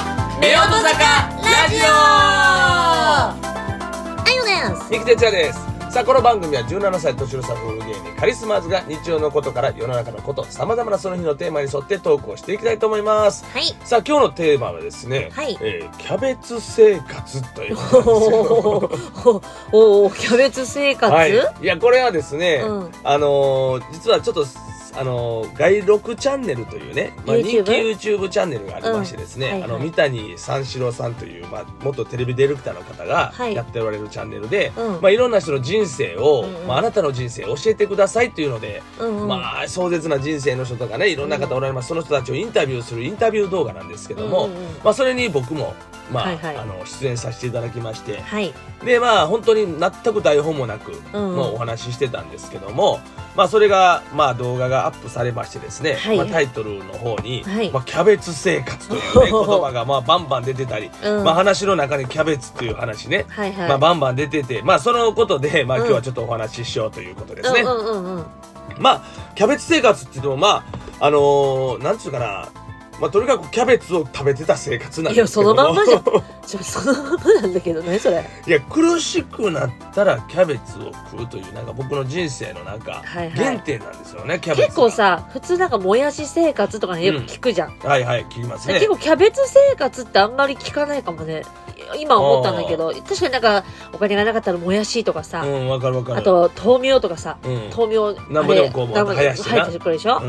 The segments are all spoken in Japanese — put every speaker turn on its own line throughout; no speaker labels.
音坂ラジオ
あゆです
三木哲也ですさあこの番組は17歳年の差夫婦芸人カリスマーズが日常のことから世の中のことさまざまなその日のテーマに沿ってトークをしていきたいと思います
はい
さあ今日のテーマはですね、
はい
えーキャベツ生活という
お
ことなんですよ
ーおーキャベツ生活、
は い、いやこれはですね、
うん
あのー実はちょっとあのー外録チャンネルというね、まあ、人
YouTube？
気 YouTube チャンネルがありましてですね、
うんはいはい
あの三谷三四郎さんという、まあ、元テレビディレクターの方が
はい
やっておられるチャンネルで、
うん
まあ、いろんな人の人生を、
うんうん
まあ、あなたの人生を教えてくださいというので、
うんうん
まあ壮絶な人生の人とかねいろんな方おられます、その人たちをインタビューするインタビュー動画なんですけども、
うんうんうん
まあ、それに僕も、まあ
はいはい
あの出演させていただきまして、
はい
でまあ本当に全く台本もなく、
うん
まあ、お話ししてたんですけども、まあ、それが、まあ、動画がアップされましてですね、
はい
まあ、タイトルの方に「
はい
まあ、キャベツ生活」という、 ね、言葉が、まあ、バンバン出てたり、
うん
まあ、話の中に「キャベツ」という話ね、
はいはい
まあ、バンバン出てて、まあ、そのことで、まあ、
うん
今日はちょっとお話ししようということですね。
うんうんうんうん
まあキャベツ生活って言ってもまああのー、なんつうかな、まあ、とにかくキャベツを食べてた生活なん
い
で
や
すけ
そ
ど
の
も
まんまじゃんちょそのまんまなんだけどねそれ
いや苦しくなったらキャベツを食うというなんか僕の人生のなん
はい
か
はい
原点なんですよね、キャベツが
結構さ普通なんかもやし生活とかねよく聞くじゃん、
はいはい聞きますね
結構キャベツ生活ってあんまり聞かないかもね今思ったんだけど確かになんかお金がなかったらもやしとかさ、
うんわかるわかる
あと豆苗とかさ
うん、うん
豆苗
なんぼでもこうもう
あれなんぼでも
生やしてな
生えてくるでしょ、っ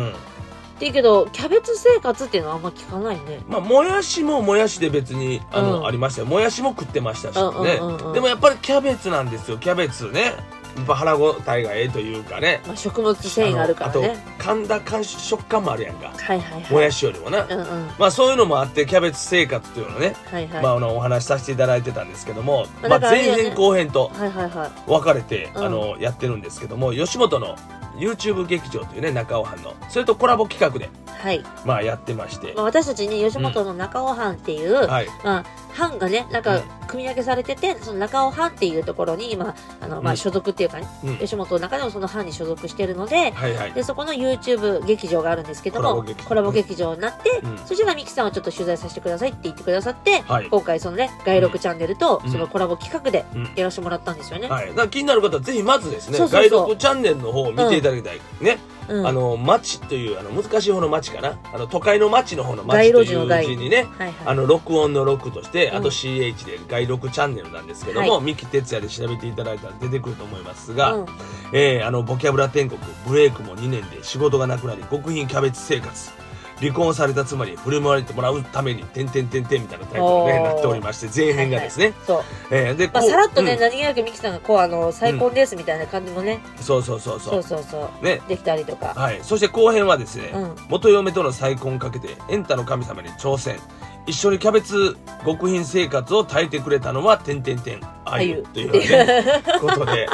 ていうけどキャベツ生活っていうのはあんま聞かないね
まあ、もやしももやしで別にあの、
うん
ありましたよもやしも食ってましたしね、
うんうんうんうん
でもやっぱりキャベツなんですよキャベツねやっぱ腹ごたえがええというかね
まあ、食物繊維があるから
の
ね
と噛んだ感触食感もあるやんか
はいはいはい
もやしよりもな、
うんうんは
まあそういうのもあってキャベツ生活というのをね、
いはい、
まあ、あのお話しさせていただいてたんですけども、
まあ
ま
だ
あ、
からあれ
前
やね
編後編と
はいはいはい
分かれて、
うん
あのやってるんですけども吉本の YouTube 劇場というね中尾藩のそれとコラボ企画で、
はい、
まあ、やってまして、
まあ、私たちね吉本の中尾藩っていう、
はい、
まあ、藩がねなん
う
か
ん
組み分けされてて、その中尾藩っていうところに今あの、ま
う
あ、
ん
所属っていうかね、
うん
吉本の中でもその藩に所属してるので
はいはい
でそこの YouTube 劇場があるんですけども
コラボ劇場
コラボ劇場になって、
うん
そしたらミキさんはちょっと取材させてくださいって言ってくださって、
はい
今回そのね外録チャンネルと
うん
そのコラボ企画で
うん
やらせてもらったんですよね。
はい、だから気になる方はぜひまずですね
そうそうそう
外録チャンネルの方を見ていただきたい、ね
うん
あの町というあの難しい方の町かなあの都会の町の方の町と
街路
い
樹の
う
街
字にね
はいはい
あの録音の録として、
うん
あと CH で外録チャンネルなんですけども、
は
三木哲也で調べていただいたら出てくると思いますが、
うん
えーあのボキャブラ天国ブレイクも2年で仕事がなくなり極貧キャベツ生活離婚された妻に振り回れてもらうために「てんてんてんてん」みたいなタイトルに、
お
ね、
ー
なっておりまして前編がですね、
そう
えーで
ま
こ
あ、
う
さらっとね、
うん
何気なくミキさんがこうあの再婚ですみたいな感じもね、
そうそうそうそ
そううそうそう
ね
できたりとか、
はい、そして後編はですね、
うん
元嫁との再婚をかけてエンタの神様に挑戦一緒にキャベツ極貧生活を耐えてくれたのは「てんてんてん」あゆというねことで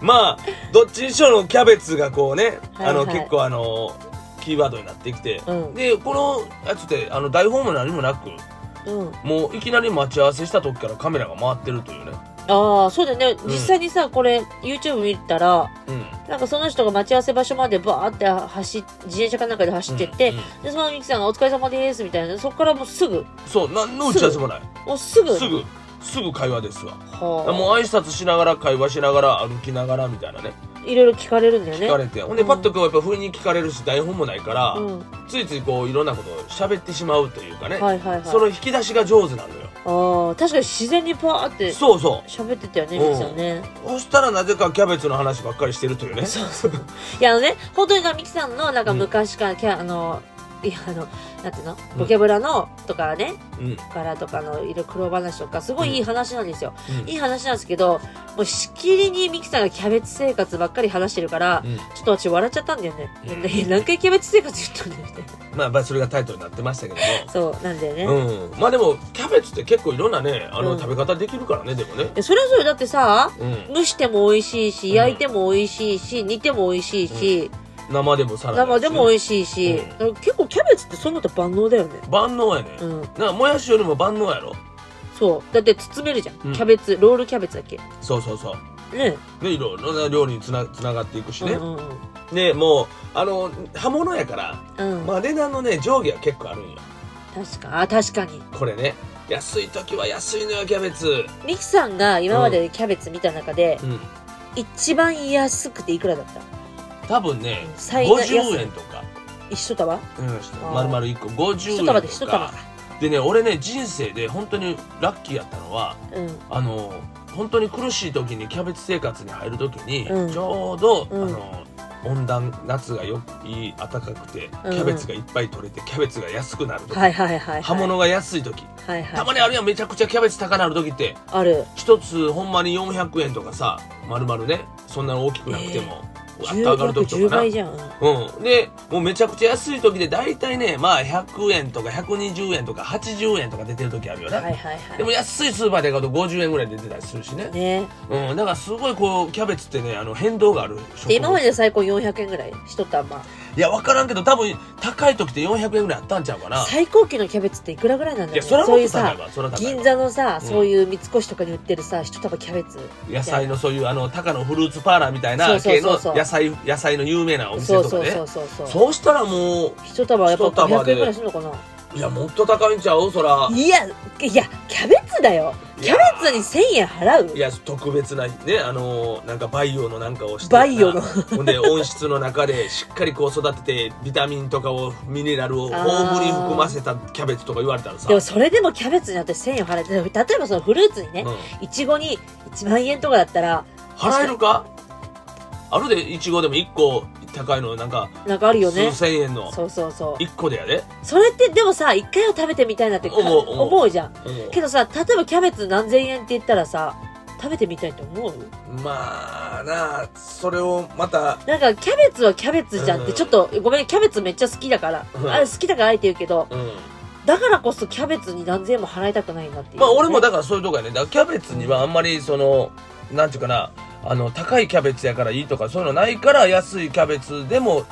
まあどっちにしろのキャベツがこうね、あ
は
の
いはい
結構あのキーワードになってきて、
うん
でこのやつってあの台本も何もなく
うん、
もういきなり待ち合わせした時からカメラが回ってるというね、
ああそうだよね実際にさこれ YouTube 見たら
うん、
なんかその人が待ち合わせ場所までバーって走っ自転車かなんかで走ってって、
うんうん
でそのミキさんが「お疲れ様です」みたいなそこからもうすぐ
そう何の打ち合わせもない
もうすぐ
すぐすぐ会話ですわ
はあ
もう挨拶しながら会話しながら歩きながらみたいなね
いろいろ聞かれるんだよね
聞かれて、ほんで
うん
パッとこうやっぱ不意に聞かれるし台本もないから、
うん、
ついついこういろんなことを喋ってしまうというかね、
はいはいはい
その引き出しが上手なのよ、
ああ確かに自然にパーって
そうそう
喋ってたよね
うん
ミキさんね
そしたらなぜかキャベツの話ばっかりしてるというね
そうそういやあのね本当になミキさんのなんか昔から、キャあのいやあのなんていうの
うん
ボキャブラのとかね、
うん、うん
からとかのいろ苦労話とかすごいいい話なんですよ、
うん
いい話なんですけどもうしきりにミキさんがキャベツ生活ばっかり話してるから、
うん
ちょっと私笑っちゃったんだよね、
うん
ね 何回キャベツ生活言ったんだよみたい
まあやっぱりそれがタイトルになってましたけど
なそうなんだよね、
も、うん、まあでもキャベツって結構いろんなねあ
う
の
ん
食べ方できるからねでもね
でそれぞれだってさ
うん、
蒸しても美味しいし
うん
焼いても美味しいし煮ても美味しいし、
生でもサラダ
生でも美
い
味しいし、
うん
だから結構キャベツってそういうのって万能だよね
万能やね、
うん
なんかもやしよりも万能やろ
そうだって包めるじゃん、
うん
キャベツロールキャベツだっけ
そうそうそう
ね
ね、いろいろな料理につなつながっていくしね、
うんうんうん
でもうあの刃物やから、
うん
まあ、値段のね上下は結構あるんよ
確かあ確かに
これね安い時は安いのよキャベツ
ミキさんが今までキャベツ見た中で、
うん
一番安くていくらだった
多分ね
最大
50円とか、
一束
うん、丸々1個50円
一
と
束
か
で一束か
でね俺ね人生で本当にラッキーやったのは
うん
あの本当に苦しい時にキャベツ生活に入る時に、
うん
ちょうど、
うん
あの温暖夏がよくいい暖かくてキ
うん
ャベツがいっぱい取れてキャベツが安くなる時、
はいはいはいはい
葉物が安い時、
はいはい
たまにあるやんめちゃくちゃキャベツ高なる時って
ある
一つほんまに400円とかさ丸々ねそんな大きくなくても、わっと上がる時
10
とかな
倍じゃん
うん、でもうめちゃくちゃ安い時で大体ねまあ100円とか120円とか80円とか出てる時あるよね、
はいはいはい
でも安いスーパーで買うと50円ぐらいで出てたりするしね
ね
うんだからすごいこうキャベツってねあの変動がある食
で
物
今までの最高400円ぐらい一玉
いや分からんけど多分高い時って400円ぐらいあったんちゃうかな
最高級のキャベツっていくらぐらいなんだ
いや
ろ
それは
そ
も
う
っ
いう
と高い
さ
わそれは高いわ
銀座のさ、
うん
そういう三越とかに売ってるさ一束キャベツ
野菜のそういうあの高野フルーツパーラーみたいな
そうそう
系
そ
の
うそう
野菜野菜の有名なお店
そう
とか
そう
ね
そうそうそう
そうしたらもう
一束はやっぱ
一束
500
で
円ぐらいするのかない
やもっと高いんちゃうそら
いやいやキャベツだよキャベツに1000円払う
いや特別なねあのーなんか培養のなんかをして
バイオの
ほんで温室の中でしっかりこう育ててビタミンとかをミネラルを豊富に含ませたキャベツとか言われたらさ
でもそれでもキャベツになって1000円払って例えばそのフルーツにね
うん
いちごに1万円とかだったら
払えるかあるでいちごでも1個高いのなんか
なんかあるよね
数千円の
そうそうそう
1個でやで、
それってでもさ一回は食べてみたいなってか
思う思う
思うじゃん
うん
けどさ例えばキャベツ何千円って言ったらさ食べてみたいって思う
まあなあそれをまた
なんかキャベツはキャベツじゃんって
うん
ちょっとごめんキャベツめっちゃ好きだから
うん
あ好きだからあえて言うけど
うん
だからこそキャベツに何千円も払いたくないなっていう
まあ俺もだからそういうとこやねだからキャベツにはあんまりそのなんていうかなあの高いキャベツやからいいとかそういうのないから安いキャベツでも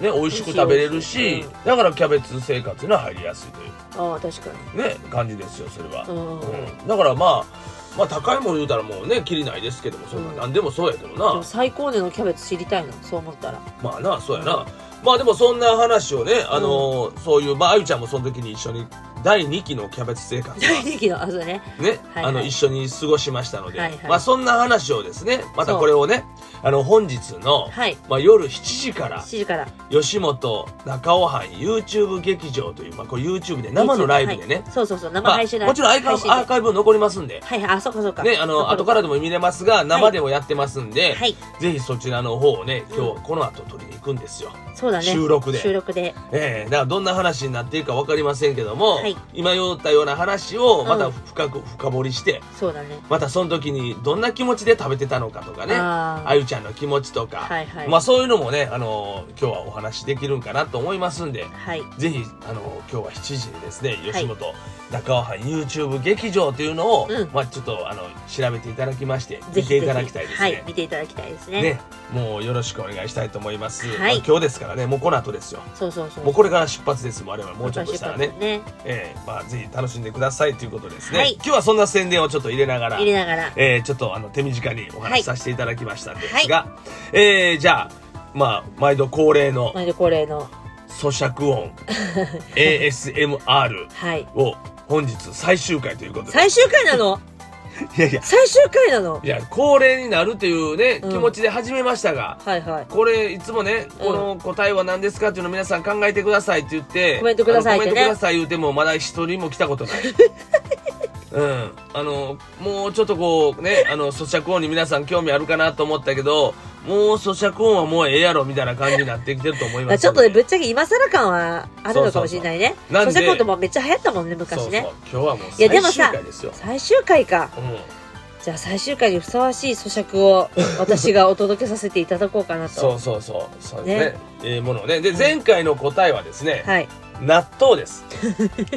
ね美味しく食べれる
美
し
味しい美味し
だからキャベツ生活には入りやすいとい
ああ確か
うね感じですよそれは
にう、ん、
う
で
んだからまあまあ高いもの言うたらもうねきりないですけどもそんな
うん
何でもそうやけどな、
も最高値のキャベツ知りたいなそう思ったら
まあなそうやなまあでもそんな話をねあのーそういうまああゆちゃんもその時に一緒に第2期のキャベツ生活は
大人気のあそうだね
ね、
はいはい
あの一緒に過ごしましたので、
はいはい
まあそんな話をですね、またこれをね、あの本日の、
はい
まあ夜7時から
7時から
吉本中尾藩 YouTube 劇場というまあこう YouTube で生のライブでね、
はいそうそうそう生
まあ
配信ライブ
もちろんアーカイ
配
ブ
信で
アーカイブ残りますんで、
はいはいあそうかそうか
ねあの後からでも見れますが生でもやってますんで、
はい
ぜひそちらの方をね今
う
日この後取りに行くんですよ。
そうだね
収録で
収録で
ええだからどんな話になっているか分かりませんけども、
はい
今言ったような話をま
う
た
ん
深く深掘りして、
そうだね
またその時にどんな気持ちで食べてたのかとかねあ
あー
ゆちゃんの気持ちとか、
はいはい
まあそういうのもね、あのー今日はお話できるんかなと思いますんで
はい
ぜひ、あのー今日は7時にですね
い
吉本中尾藩 YouTube 劇場というのを、
うん
まあ、ちょっとあの調べていただきまして
ぜ
見
ひ
て
ぜ
い
ひ
ただきたいですね。
はい見ていただきたいですね
ね、もうよろしくお願いしたいと思います、
はい
まあ今日ですからねもうこの後ですよ
そうそうそう
もうこれから出発です我々もうちょっとしたらね
私たちね
ええまあぜひ楽しんでくださいということですね、
はい
今日はそんな宣伝をちょっと入れながら
入れながら
えーちょっとあの手短にお話しさせていただきましたんですが、えーじゃあまあ毎度恒例の
毎度恒例の
咀 嚼音 ASMR
はい
を本日最終回ということで
最終回なの
いやいや
最終回なの
いや恒例になるというね
うん
気持ちで始めましたが、
はいはい
これいつもね、
うん
この答えは何ですかっていうのを皆さん考えてくださいって言って
コメントくださいってね
あのコメントください言うてもまだ一人も来たこと ないうんあのもうちょっとこうねあの咀嚼音に皆さん興味あるかなと思ったけどもう咀嚼音はもうええやろみたいな感じになってきてると思い
ま
ま
あ
す
ちょっとねぶっちゃけ今更感はあるのかもしれないね
そうそうそうなん
咀
で
嚼音ともめっちゃ流行ったもんね昔ね
そうそう今日はも
い
う
やで
最終
もさ
回ですよ
最終回かじゃあ最終回にふさわしい咀嚼を私がお届けさせていただこうかなと
うん、そうそうそうそうですね
ね
ええものをねで前回の答えはですね、
はい
納豆です、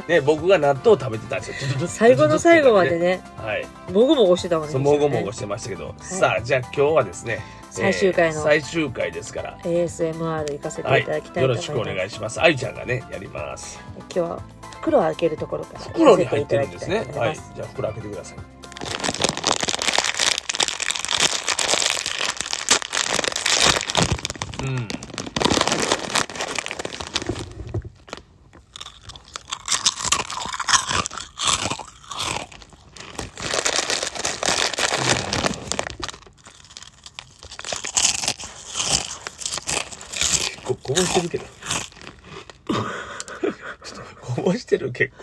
ね、僕が納豆を食べてたんですよ
最後の最後までね
はい
もごもごしてたもんね
そうもごもご
ね
してましたけど、さあじゃあ今日はですね
最終回の
えー最終回ですから
ASMR 行かせ
は
てい
い
ただきたい
よ
と思い
ろ
ます
しくお願いしますあゆちゃんがねやります
今日は袋を開けるところから
袋に入ってるんで
や
すね
らせいた
は
だ
い
きたと思ます
じゃあ袋開けてくださいうんぼしてるけど。 ちょっと、こぼしてるけど。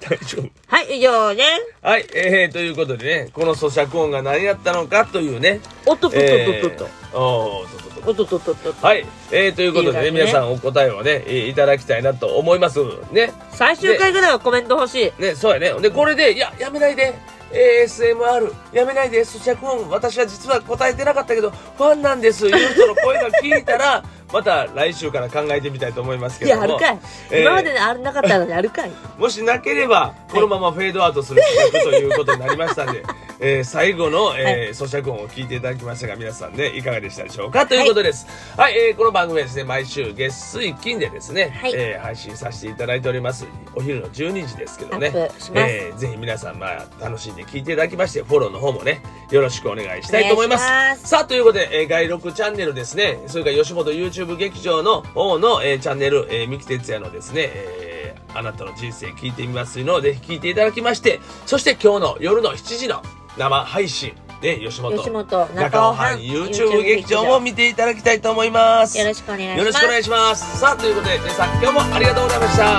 大丈夫。
はい、以上ね。
はい、えー、ということでね、この咀嚼音が何やったのかとい うね。
おっとっとっ
え
とっとっと。
ーおーとっとっとっと
おっとっとっとっとっと。
はい、えー、ということでね、
いい感じね
皆さんお答えをね、えーいただきたいなと思います。ね。
最終回ぐらいはコメント欲しい。
ね、そうやね。で、これで、いや、やめないで。ASMR やめないで咀嚼音私は実は答えてなかったけどファンなんですいう人の声が聞いたらまた来週から考えてみたいと思いますけ
い
ど
や、
も
あるかい。
えー
今まであるなかったのにある かい。
もしなければこのままフェードアウトする企画ということになりまし たんで、えー最後の、えー咀嚼音を聞いていただきましたが皆さんねいかがでしたでしょうかということですはい、えーこの番組はですね毎週月水金でですね、
はい
えー配信させていただいておりますお昼の12時ですけどね
アップします
えーぜひ皆さん、まあ、楽しんで聞いていただきましてフォローの方もねよろしくお願いしたいと思います
お願いします
さあということで、えー、外録チャンネルですねそれから吉本 YouTube 劇場の方の、えーチャンネル、えー、三木哲也のですね、えーあなたの人生聞いてみますというのをぜひ聞いていただきましてそして今日の夜の7時の生配信で吉本
吉本
中
中
尾
尾
藩
藩
YouTube 劇場も見ていただきたいと思います
よろしくお願いします。
よろしくお願いしますさあということで皆さん今日もありがとうございましたせー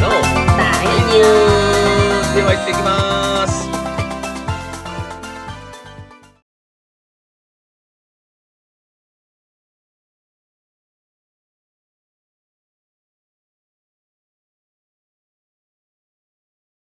の
バイユー。
では行ってきます